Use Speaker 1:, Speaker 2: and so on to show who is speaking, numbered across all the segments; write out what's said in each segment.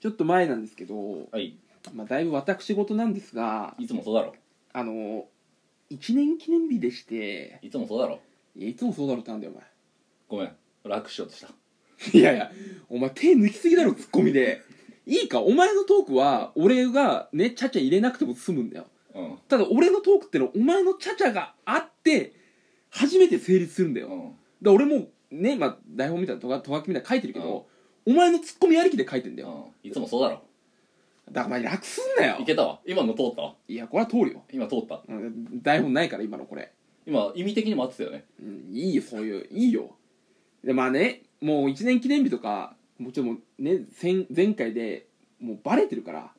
Speaker 1: ちょっと前なんですけど、
Speaker 2: はい
Speaker 1: まあ、だいぶ私事なんですが
Speaker 2: いつもそうだろ
Speaker 1: あの1年記念日でして
Speaker 2: いつもそうだろ
Speaker 1: いやいつもそうだろってなんだよお
Speaker 2: ごめん楽しようとした
Speaker 1: 前 いやいやお前手抜きすぎだろツッコミでいいかお前のトークは俺がねちゃちゃ入れなくても済むんだよ
Speaker 2: うん
Speaker 1: ただ俺のトークってのはお前のちゃちゃがあって初めて成立するんだよ、
Speaker 2: うん
Speaker 1: だから俺もね、まあ、台本みたいなとがとがきみたいなの書いてるけど、お前のツッコミありきで書いてんだ
Speaker 2: う
Speaker 1: よ、
Speaker 2: んいつもそうだろ
Speaker 1: だからお前楽すんなよ
Speaker 2: いけたわ今の通ったわ
Speaker 1: いやこれは通るよ、
Speaker 2: 今通った
Speaker 1: うん、台本ないから今のこれ、
Speaker 2: 今意味的にも合ってたよね
Speaker 1: うん、いいよそういういいよでまあねもう1年記念日とかもちろんね前前回でもうバレてるから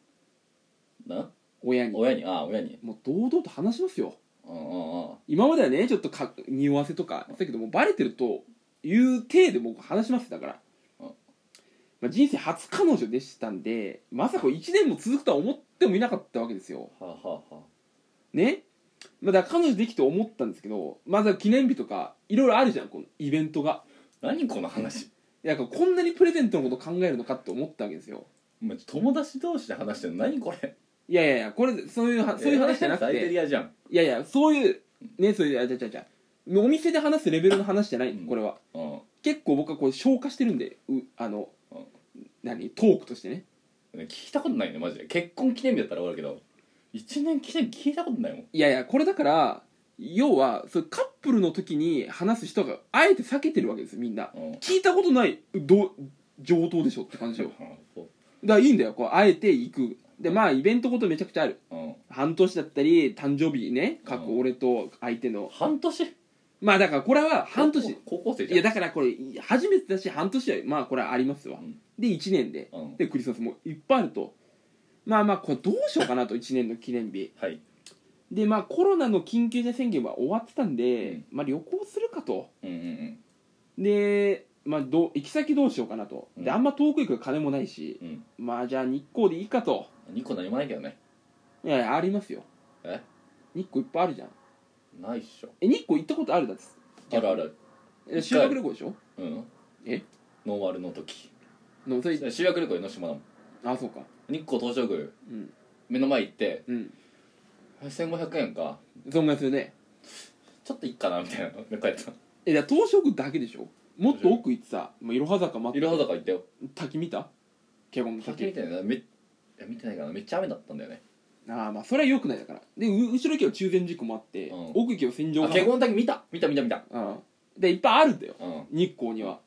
Speaker 2: な
Speaker 1: 親にも
Speaker 2: 親にああ親に
Speaker 1: う堂々と話しますよ
Speaker 2: うんうんうん
Speaker 1: 今まではねちょっとか匂わせとかだけどもうバレてるという体で僕話しますだから、
Speaker 2: うん
Speaker 1: まあ、人生初彼女でしたんでまさか1年も続くとは思ってもいなかったわけですよ
Speaker 2: はあ、はあは
Speaker 1: ねまあだから彼女できて思ったんですけどまずは記念日とかいろいろあるじゃんこのイベントが
Speaker 2: あ、何この話
Speaker 1: いやなんかこんなにプレゼントのこと考えるのかって思ったわけですよ
Speaker 2: お前友達同士で話してるの何これ
Speaker 1: いやいやいやこれそういうはそういう話じゃなく
Speaker 2: サイゼ
Speaker 1: て
Speaker 2: リアじゃん
Speaker 1: いやいやそういうねそういうあちゃちゃちゃお店で話すレベルの話じゃない
Speaker 2: うん
Speaker 1: これは
Speaker 2: うん
Speaker 1: 結構僕はこう消化してるんでうあの、
Speaker 2: うん
Speaker 1: 何トークとしてね
Speaker 2: 聞いたことないねマジで結婚記念日だったらわかるけど一年記念日聞いたことないもん
Speaker 1: いやいやこれだから要はそうカップルの時に話す人があえて避けてるわけですよみんな
Speaker 2: うん
Speaker 1: 聞いたことないど上等でしょって感 じよだか
Speaker 2: うんそう
Speaker 1: らいいんだよこうあえて行くでまあイベントごとめちゃくちゃある
Speaker 2: うん
Speaker 1: 半年だったり誕生日ね各
Speaker 2: うん
Speaker 1: 俺と相手の
Speaker 2: 半年
Speaker 1: まあだからこれは半年
Speaker 2: 高校生
Speaker 1: い
Speaker 2: じゃ
Speaker 1: や
Speaker 2: ん
Speaker 1: だからこれ初めてだし半年はまあこれはありますわ
Speaker 2: うん
Speaker 1: で1年で
Speaker 2: うん
Speaker 1: でクリスマスもいっぱいあるとまあまあこれどうしようかなと1年の記念日
Speaker 2: はい
Speaker 1: でまあコロナの緊急事態宣言は終わってたんで、
Speaker 2: うん
Speaker 1: まあ旅行するかと
Speaker 2: うんうん
Speaker 1: でまあどう行き先どうしようかなと
Speaker 2: うん
Speaker 1: であんま遠く行く金もないし
Speaker 2: うんうん
Speaker 1: まあじゃあ日光でいいかと
Speaker 2: 2個何もないけどね
Speaker 1: いやいやありますよ
Speaker 2: え
Speaker 1: 日光いっぱいあるじゃん
Speaker 2: ないっしょ
Speaker 1: え日光行ったことあるだっつ
Speaker 2: あるある
Speaker 1: え修学旅行でしょ
Speaker 2: うん
Speaker 1: え
Speaker 2: ノーマルの時
Speaker 1: のそれ
Speaker 2: 修学旅行江ノ島だもん
Speaker 1: あそうか
Speaker 2: 日光東照宮
Speaker 1: うん
Speaker 2: 目の前行って
Speaker 1: うん
Speaker 2: 1500円か
Speaker 1: そんなやつよね
Speaker 2: ちょっといっかなみたいなので帰った
Speaker 1: えだから東照宮だけでしょもっと奥行ってさもういろは坂ま
Speaker 2: いろは坂行ったよ
Speaker 1: 滝見た華厳の
Speaker 2: 先
Speaker 1: 滝
Speaker 2: 見てないなめいや見てないからめっちゃ雨だったんだよね
Speaker 1: ああまあそれはよくないだからでう後ろ行けば中禅寺湖もあって、
Speaker 2: うん
Speaker 1: 奥行けば戦場
Speaker 2: あ
Speaker 1: が
Speaker 2: 結婚の時見た見た見た見た
Speaker 1: うんでいっぱいあるんだよ
Speaker 2: うん
Speaker 1: 日光には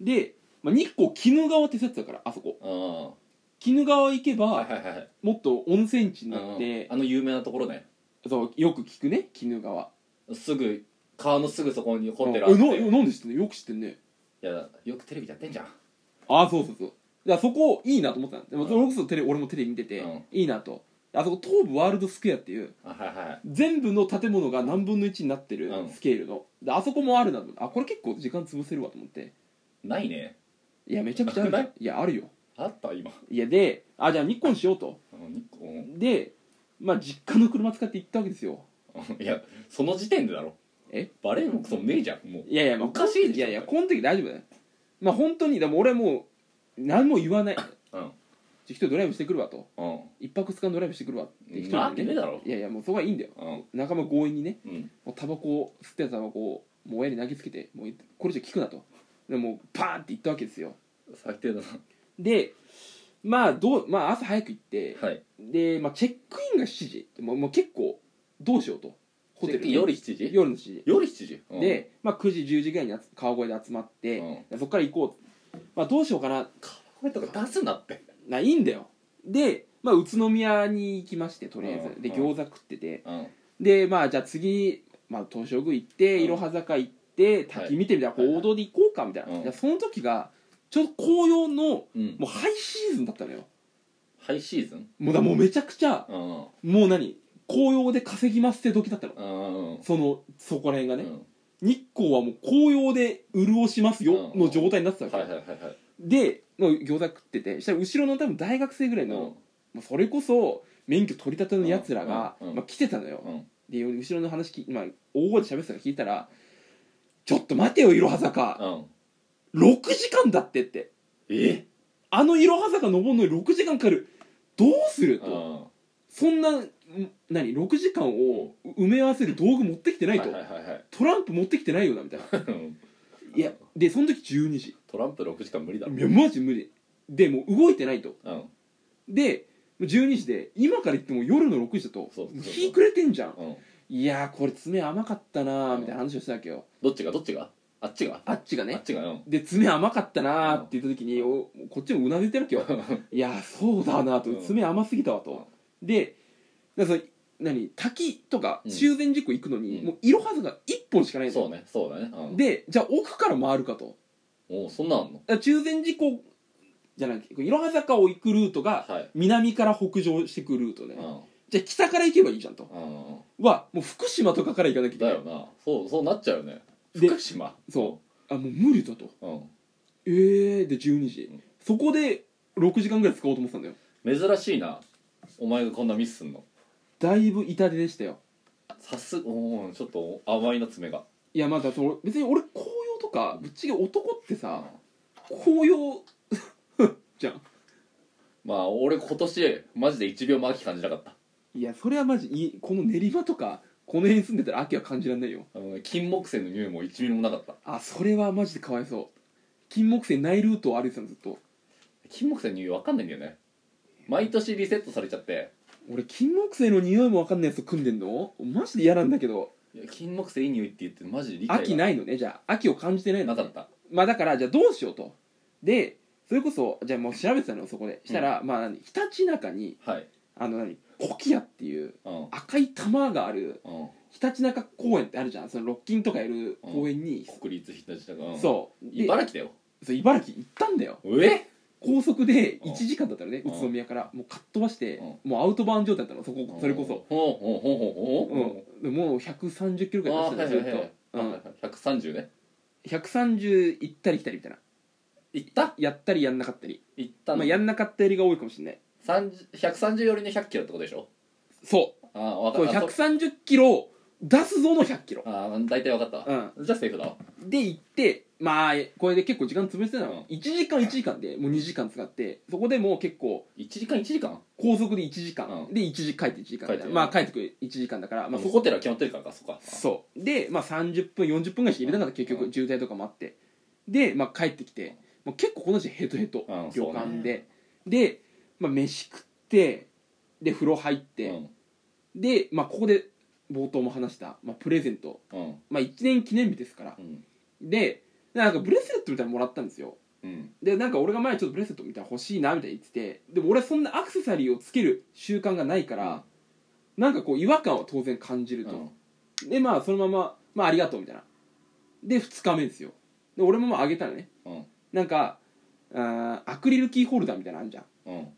Speaker 1: で、まあ、日光鬼怒川ってやつだからあそこ
Speaker 2: うん
Speaker 1: 鬼怒川行け
Speaker 2: はい
Speaker 1: ば
Speaker 2: はいはいはい
Speaker 1: もっと温泉地に
Speaker 2: う
Speaker 1: なっ
Speaker 2: ん
Speaker 1: て、
Speaker 2: あの有名なところね
Speaker 1: そうよく聞くね鬼怒川
Speaker 2: すぐ川のすぐそこにホテルあ
Speaker 1: あ
Speaker 2: って
Speaker 1: ななんで知ってんのよく知ってんね
Speaker 2: いやよくテレビでやってんじゃん
Speaker 1: ああそうそうそうだからそこいいなと思ったのでも
Speaker 2: うん
Speaker 1: それこそテレビ俺もテレビ見てて、
Speaker 2: うん
Speaker 1: いいなとあそこ東武ワールドスクエアっていう
Speaker 2: あはいはい
Speaker 1: 全部の建物が何分の1になってる
Speaker 2: うん
Speaker 1: スケールの、であそこもあるなと思ってあこれ結構時間潰せるわと思って
Speaker 2: ないね
Speaker 1: いやめちゃくちゃある
Speaker 2: なくない
Speaker 1: やあるよ
Speaker 2: あった今
Speaker 1: いやであじゃあ日光にしようと
Speaker 2: うん日光うん
Speaker 1: でまあ実家の車使って行ったわけですよ
Speaker 2: いやその時点でだろ
Speaker 1: え
Speaker 2: バレるもクソもねえじゃんもう
Speaker 1: いやいや、まあ、
Speaker 2: おかしいでしょ
Speaker 1: いやいやこの時大丈夫だよまあ本当にでも俺はもう何も言わない
Speaker 2: うん
Speaker 1: 一人ドライブしてくるわと
Speaker 2: う
Speaker 1: 一泊二日のドライブしてくるわって一
Speaker 2: ん
Speaker 1: 人
Speaker 2: なわ
Speaker 1: で
Speaker 2: けねえ
Speaker 1: ね
Speaker 2: だろ
Speaker 1: いやいやもうそこはいいんだよ
Speaker 2: うん
Speaker 1: 仲間強引にね
Speaker 2: うん
Speaker 1: もうタバコを吸ってたタバコをもう親に投げつけてもうこれ以上聞くなとでもうバーンって行ったわけですよ
Speaker 2: 最低だな
Speaker 1: でまあどう、まあ、朝早く行って
Speaker 2: はい
Speaker 1: で、まあ、チェックインが7時もうもう結構どうしようとホテルで
Speaker 2: 夜7時
Speaker 1: 夜の7時、
Speaker 2: 夜7時うん
Speaker 1: で、まあ、9時10時ぐらいにあつ川越で集まっ
Speaker 2: う
Speaker 1: て、
Speaker 2: ん
Speaker 1: そこから行こう、まあ、どうしようかな
Speaker 2: 川越とか出すなって
Speaker 1: ないいんだよで、まあ、宇都宮に行きましてとりあえず、
Speaker 2: うん
Speaker 1: で
Speaker 2: うん
Speaker 1: 餃子食ってて
Speaker 2: うん
Speaker 1: でまあじゃあ次、まあ、東照宮行って
Speaker 2: うん
Speaker 1: いろは坂行って滝見てみたいな、
Speaker 2: はい
Speaker 1: こう王道で行こうかみたいな、
Speaker 2: うん
Speaker 1: いやその時がちょうど紅葉の
Speaker 2: うん
Speaker 1: もうハイシーズンだったのよ
Speaker 2: ハイシーズン
Speaker 1: もうだもうめちゃくちゃ
Speaker 2: うんうん
Speaker 1: もう何紅葉で稼ぎますって時だったの
Speaker 2: うん
Speaker 1: そのそこら辺が
Speaker 2: う
Speaker 1: ね、
Speaker 2: ん
Speaker 1: 日光はもう紅葉で潤しますよ
Speaker 2: うん
Speaker 1: の状態になってたわけ、
Speaker 2: はいはいはいはい
Speaker 1: でもう餃子食っててしたら後ろの多分大学生ぐらいの、もうそれこそ免許取り立てのやつらが、
Speaker 2: うんうん
Speaker 1: まあ、来てたのよ、
Speaker 2: うん
Speaker 1: で後ろの話き、まあ、大声で喋ってたから聞いたら「ちょっと待てよいろは坂
Speaker 2: うん
Speaker 1: 6時間だって」って
Speaker 2: え
Speaker 1: 「あのいろは坂登るのに6時間かかるどうすると
Speaker 2: あ
Speaker 1: そんなん何6時間を埋め合わせる道具持ってきてな
Speaker 2: はい
Speaker 1: い
Speaker 2: はい
Speaker 1: と、
Speaker 2: はいはい
Speaker 1: トランプ持ってきてないよなみたいないやでその時12時
Speaker 2: トランプ6時間無理だろ
Speaker 1: いやマジ無理でもう動いてないと
Speaker 2: うん
Speaker 1: で12時で今から言っても夜の6時だと
Speaker 2: そうそうそう
Speaker 1: 日暮れてんじゃん
Speaker 2: うん
Speaker 1: いやーこれ爪甘かったなーみたいな話をしたわけよ
Speaker 2: どっちがどっちがあっちが
Speaker 1: あっちが
Speaker 2: あ
Speaker 1: ね
Speaker 2: っちがうん
Speaker 1: で爪甘かったなーって言った時におこっちもうなずいてるわけよいやーそうだなと
Speaker 2: うん
Speaker 1: 爪甘すぎたわとでだからその何滝とか
Speaker 2: うん
Speaker 1: 修善寺湖行くのに、
Speaker 2: うん
Speaker 1: もういろはずが1本しかない
Speaker 2: そ
Speaker 1: ね
Speaker 2: う ねそうだねうん
Speaker 1: でじゃあ奥から回るかと
Speaker 2: おうそんなんあんの
Speaker 1: だから中禅寺湖じゃなくていろは坂を行くルートが
Speaker 2: はい
Speaker 1: 南から北上してくるルートね、
Speaker 2: うん
Speaker 1: じゃあ北から行けばいいじゃんと
Speaker 2: うんうん
Speaker 1: はもう福島とかから行かなきゃいけな
Speaker 2: だ
Speaker 1: い
Speaker 2: よなそうそうなっちゃうよね
Speaker 1: で
Speaker 2: 福島
Speaker 1: そあもう無理だと
Speaker 2: うん
Speaker 1: えー、で12時、
Speaker 2: うん
Speaker 1: そこで6時間ぐらい使おうと思ってたんだよ
Speaker 2: 珍しいなお前がこんなミスすんの
Speaker 1: だいぶ痛手でしたよ
Speaker 2: さすおーちょっと甘いな爪が
Speaker 1: いやまだその別に俺紅葉とかぶっちゃけ男ってさ
Speaker 2: うん
Speaker 1: 紅葉 じゃん
Speaker 2: まあ俺今年マジで1秒も秋感じなかった
Speaker 1: いやそれはマジいいこの練馬とかこの辺に住んでたら秋は感じらんないよ
Speaker 2: あのね金木犀の匂いも1ミリもなかった
Speaker 1: あそれはマジでかわいそう金木犀ないルートを歩いてたのずっと
Speaker 2: 金木犀の匂いわかんないんだよね毎年リセットされちゃって
Speaker 1: 俺金木犀の匂いもわかんないやつと組んでんのマジで嫌なんだけど
Speaker 2: いや金木犀いい匂いって言ってマジで理解が
Speaker 1: 秋ないのねじゃあ秋を感じてないの
Speaker 2: な
Speaker 1: ね
Speaker 2: かった
Speaker 1: まあだからじゃあどうしようとでそれこそじゃあもう調べてたのよそこでしたら、まあ何ひたちなかに
Speaker 2: はい
Speaker 1: あの何コキアっていう
Speaker 2: うん
Speaker 1: 赤い玉がある
Speaker 2: うん
Speaker 1: ひたちなか公園ってあるじゃんそのロッキンとかやる公園に、
Speaker 2: 国立ひたちなかうん
Speaker 1: そうで
Speaker 2: 茨城だよ
Speaker 1: そう茨城行ったんだよ
Speaker 2: え
Speaker 1: 高速で
Speaker 2: うん
Speaker 1: 1時間だったのね
Speaker 2: う
Speaker 1: 宇
Speaker 2: ん
Speaker 1: 都宮からもうかっ飛ばして
Speaker 2: う
Speaker 1: もうアウトバーン状態だったのそこそれこそ
Speaker 2: ほうほうほう
Speaker 1: う
Speaker 2: ほうほうん
Speaker 1: でもう130キロぐ
Speaker 2: あ
Speaker 1: らい
Speaker 2: あ
Speaker 1: 出
Speaker 2: はいは
Speaker 1: してた
Speaker 2: い
Speaker 1: ず
Speaker 2: は
Speaker 1: っ
Speaker 2: い
Speaker 1: とう
Speaker 2: はいはい
Speaker 1: ん
Speaker 2: 130ね
Speaker 1: 130行ったり来たりみたいな
Speaker 2: 行った
Speaker 1: やったりやんなかったり
Speaker 2: 行った
Speaker 1: ま
Speaker 2: の
Speaker 1: あやんなかったりが多いかもしれない
Speaker 2: 30 130よりの100キロってことでしょ
Speaker 1: そ
Speaker 2: ああ
Speaker 1: うこ
Speaker 2: 分
Speaker 1: れ
Speaker 2: かった
Speaker 1: 130キロ出すぞの100キロ
Speaker 2: ああ大体分かった
Speaker 1: う
Speaker 2: わ
Speaker 1: ん
Speaker 2: じゃあセーフだわ
Speaker 1: で行ってまあこれで結構時間潰してた
Speaker 2: うん
Speaker 1: の1時間1時間でもう2時間使ってそこでもう結構
Speaker 2: 1時間1時間
Speaker 1: 高速で1時間
Speaker 2: うん
Speaker 1: で1時帰って1時間みたい
Speaker 2: 帰って
Speaker 1: なまあ帰ってくる1時間だからま
Speaker 2: ま
Speaker 1: あ
Speaker 2: あ
Speaker 1: そ
Speaker 2: そ
Speaker 1: こ
Speaker 2: こてら決まってるからかそっか
Speaker 1: そうでまあ30分40分ぐらいしか入れなかった結
Speaker 2: う
Speaker 1: 局
Speaker 2: ん
Speaker 1: 渋滞とかもあってでまあ帰ってきてもう結構この時ヘトヘト
Speaker 2: うん
Speaker 1: 旅
Speaker 2: そう
Speaker 1: 館
Speaker 2: ね
Speaker 1: ででまあ飯食ってで風呂入っ
Speaker 2: う
Speaker 1: て
Speaker 2: ん
Speaker 1: でまあここで冒頭も話したまあプレゼント
Speaker 2: うん
Speaker 1: まあ1年記念日ですから
Speaker 2: うん
Speaker 1: でなんかブレスレットみたいなのもらったんですよ
Speaker 2: うん
Speaker 1: でなんか俺が前ちょっとブレスレットみたいなの欲しいなみたいに言っててでも俺そんなアクセサリーをつける習慣がないから、なんかこう違和感は当然感じると、でまあそのまま「まあありがとう」みたいなで2日目ですよで俺もまああげたのね
Speaker 2: うん
Speaker 1: なんかあーアクリルキーホルダーみたいなのあるじゃん
Speaker 2: うん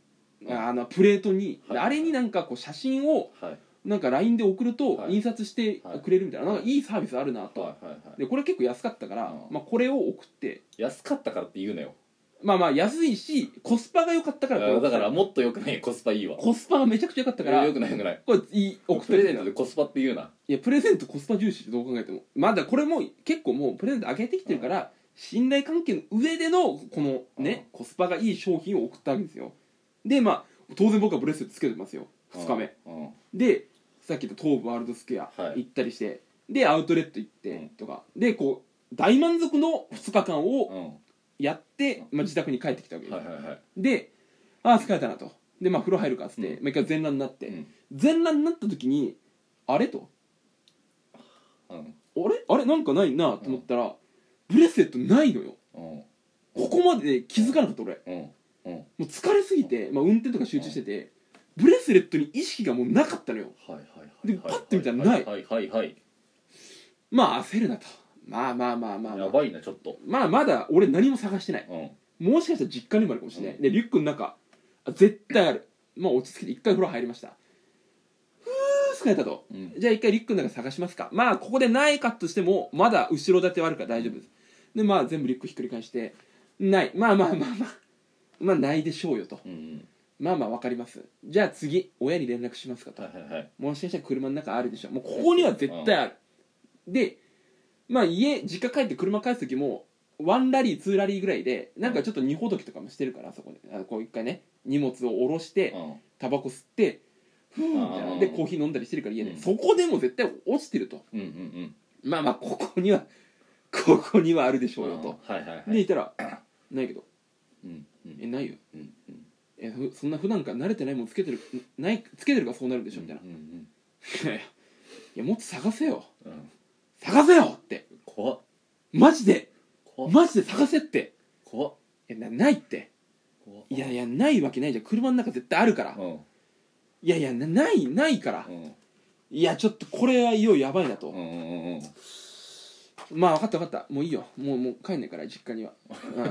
Speaker 2: うん
Speaker 1: あのプレートに、
Speaker 2: はい
Speaker 1: であれになんかこう写真を
Speaker 2: はい
Speaker 1: なんか LINE で送ると
Speaker 2: はい
Speaker 1: 印刷してくれるみたいな,、
Speaker 2: はい
Speaker 1: なんかいいサービスあるなと、
Speaker 2: はいはいは
Speaker 1: でこれ結構安かったから、
Speaker 2: うん
Speaker 1: まあ、これを送って
Speaker 2: い安かったからって言うなよ
Speaker 1: まあまあ安いしコスパが良かったからこれ
Speaker 2: あ
Speaker 1: 送った
Speaker 2: だからもっと良くないコスパいいわ
Speaker 1: コスパがめちゃくちゃ良かったから
Speaker 2: 良くない良くない
Speaker 1: これいい送っ
Speaker 2: プレゼン
Speaker 1: ト
Speaker 2: トでコスパって言うない
Speaker 1: やプレゼントコスパ重視ってどう考えてもまだこれも結構もうプレゼント上げてきてるから、信頼関係の上でのこのね、コスパがいい商品を送ったわけですよでまあ当然僕はブレスレットつけてますよ2日目
Speaker 2: うんうん
Speaker 1: でさっき言った東武ワールドスクエア
Speaker 2: はい
Speaker 1: 行ったりして、でアウトレット行っ
Speaker 2: うん
Speaker 1: てとか、でこう大満足の2日間を
Speaker 2: うん
Speaker 1: やって、まあ、自宅に帰ってきたわけです、
Speaker 2: はいはいはい
Speaker 1: でああ疲れたなとでまあ風呂入るかっつって、
Speaker 2: う
Speaker 1: もう一回全裸になって、
Speaker 2: うん
Speaker 1: 全裸になった時にあれと
Speaker 2: うん
Speaker 1: あれあれなんかないなと思ったら、ブレスレットないのよ
Speaker 2: うん
Speaker 1: ここまで気づかなかった俺
Speaker 2: うんうん
Speaker 1: もう疲れすぎて、まあ、運転とか集中してて、ブレスレットに意識がもうなかったのよ
Speaker 2: はいはいはい
Speaker 1: でパッて見たらない
Speaker 2: はいはいはい
Speaker 1: まあ焦るなとまあまあまあまあま
Speaker 2: や
Speaker 1: あ
Speaker 2: ばいなちょっと
Speaker 1: まあまだ俺何も探してない
Speaker 2: うん
Speaker 1: もしかしたら実家にもあるかもしれない、
Speaker 2: うん
Speaker 1: でリュックの中あ絶対あるまあ落ち着けて一回風呂入りましたふー疲れたと
Speaker 2: うん
Speaker 1: じゃあ一回リュックの中探しますかまあここでないかとしてもまだ後ろ盾はあるから大丈夫ですでまあ全部リュックひっくり返してないまあまあまあまあまあないでしょうよと
Speaker 2: うん
Speaker 1: まあまあわかりますじゃあ次親に連絡しますかと
Speaker 2: はいはいはい
Speaker 1: もしかしたら車の中あるでしょもうここには絶対あるでまあ家実家帰って車帰す時も1ラリー2ラリーぐらいでなんかちょっと荷ほどきとかもしてるからそこであこう一回ね荷物を下ろして
Speaker 2: うん
Speaker 1: タバコ吸ってふーみたい
Speaker 2: あ
Speaker 1: な
Speaker 2: ー
Speaker 1: でコーヒー飲んだりしてるから家で、
Speaker 2: うん
Speaker 1: そこでも絶対落ちてると
Speaker 2: うんうん
Speaker 1: まあまあここには ここにはあるでし
Speaker 2: う
Speaker 1: ょうんよと、
Speaker 2: はいはいはい
Speaker 1: でいたら 「ないけど
Speaker 2: うんうん
Speaker 1: えないよ
Speaker 2: うんうん
Speaker 1: えふそんな普段から慣れてないもんつけてるないつけてるからそうなるんでしょ」みたいな「
Speaker 2: うんうん
Speaker 1: いやいやいやもっと探せよ
Speaker 2: うんうん
Speaker 1: 探せよ!」って
Speaker 2: 怖っ
Speaker 1: マジで
Speaker 2: 怖っ
Speaker 1: マジで探せって
Speaker 2: 怖っ
Speaker 1: えなないって
Speaker 2: 怖っ
Speaker 1: いやいやないわけないじゃん車の中絶対あるから、
Speaker 2: うんうん
Speaker 1: いやいやなないないから、
Speaker 2: うん
Speaker 1: いやちょっとこれはいよいよやばいなと、
Speaker 2: うんうんうん
Speaker 1: まあ分かった分かったもういいよもうもう帰んないから実家には、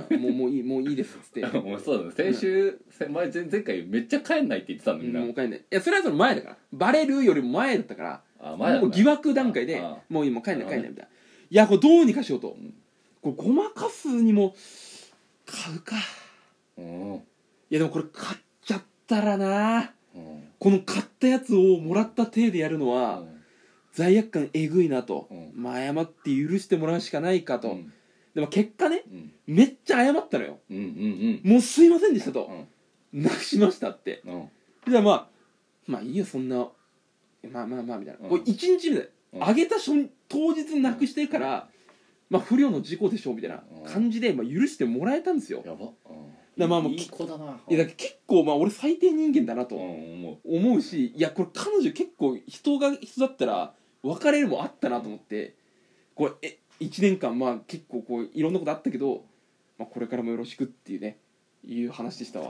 Speaker 1: うん、もうもういいもういいですっつって
Speaker 2: お前そうだね先週せ前前前回めっちゃ帰んないって言ってたのみんな
Speaker 1: もう帰んないいやそれはその前だからバレるよりも前だったから
Speaker 2: あ前だ
Speaker 1: もう疑惑段階で
Speaker 2: ああ
Speaker 1: もう今帰んない
Speaker 2: な
Speaker 1: 帰
Speaker 2: る
Speaker 1: ん
Speaker 2: ほど
Speaker 1: ないみ
Speaker 2: ね
Speaker 1: たいないやこれどうにかしようと、
Speaker 2: ん
Speaker 1: これごまかすにも買うか
Speaker 2: うんうん
Speaker 1: いやでもこれ買っちゃったらなこの買ったやつをもらった体でやるのは、罪悪感えぐいなと、
Speaker 2: うん
Speaker 1: まあ謝って許してもらうしかないかと、
Speaker 2: うん
Speaker 1: でも結果ね
Speaker 2: うん
Speaker 1: めっちゃ謝ったのよ
Speaker 2: うんうん
Speaker 1: もうすいませんでした
Speaker 2: う
Speaker 1: と、
Speaker 2: ん
Speaker 1: なくしましたって
Speaker 2: うん
Speaker 1: じゃあまあまあいいよそんなまあまあまあみたいな、
Speaker 2: うん
Speaker 1: これ1日目で、
Speaker 2: うん
Speaker 1: あげた初日当日になくしてるから、まあ不慮の事故でしょみたいな感じで、まあ、許してもらえたんですよ
Speaker 2: や
Speaker 1: だ
Speaker 2: ば
Speaker 1: からまあもう
Speaker 2: いい子だない
Speaker 1: やだから結構まあ俺最低人間だな
Speaker 2: う
Speaker 1: と、
Speaker 2: ん思
Speaker 1: 思うしいやこれ彼女結構人が人だったら別れるもあったなと思ってこれえ1年間まあ結構こういろんなことあったけど、まあ、これからもよろしくっていうねいう話でしたわ
Speaker 2: う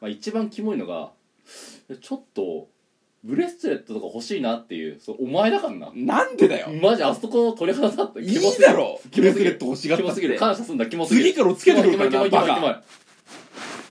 Speaker 2: まあ一番キモいのがちょっとブレスレットとか欲しいなっていうそうお前だからな
Speaker 1: なんでだよ
Speaker 2: マジあそこの鳥肌立った
Speaker 1: いいだろキ
Speaker 2: キモ
Speaker 1: モ
Speaker 2: す
Speaker 1: すぎ
Speaker 2: ぎる
Speaker 1: ると欲しがっ
Speaker 2: キモ
Speaker 1: たっ
Speaker 2: すぎ
Speaker 1: て
Speaker 2: る感謝すんだキモすぎる
Speaker 1: 次からつけてくるから
Speaker 2: キモ
Speaker 1: ない
Speaker 2: キモい
Speaker 1: バ
Speaker 2: キモい
Speaker 1: カ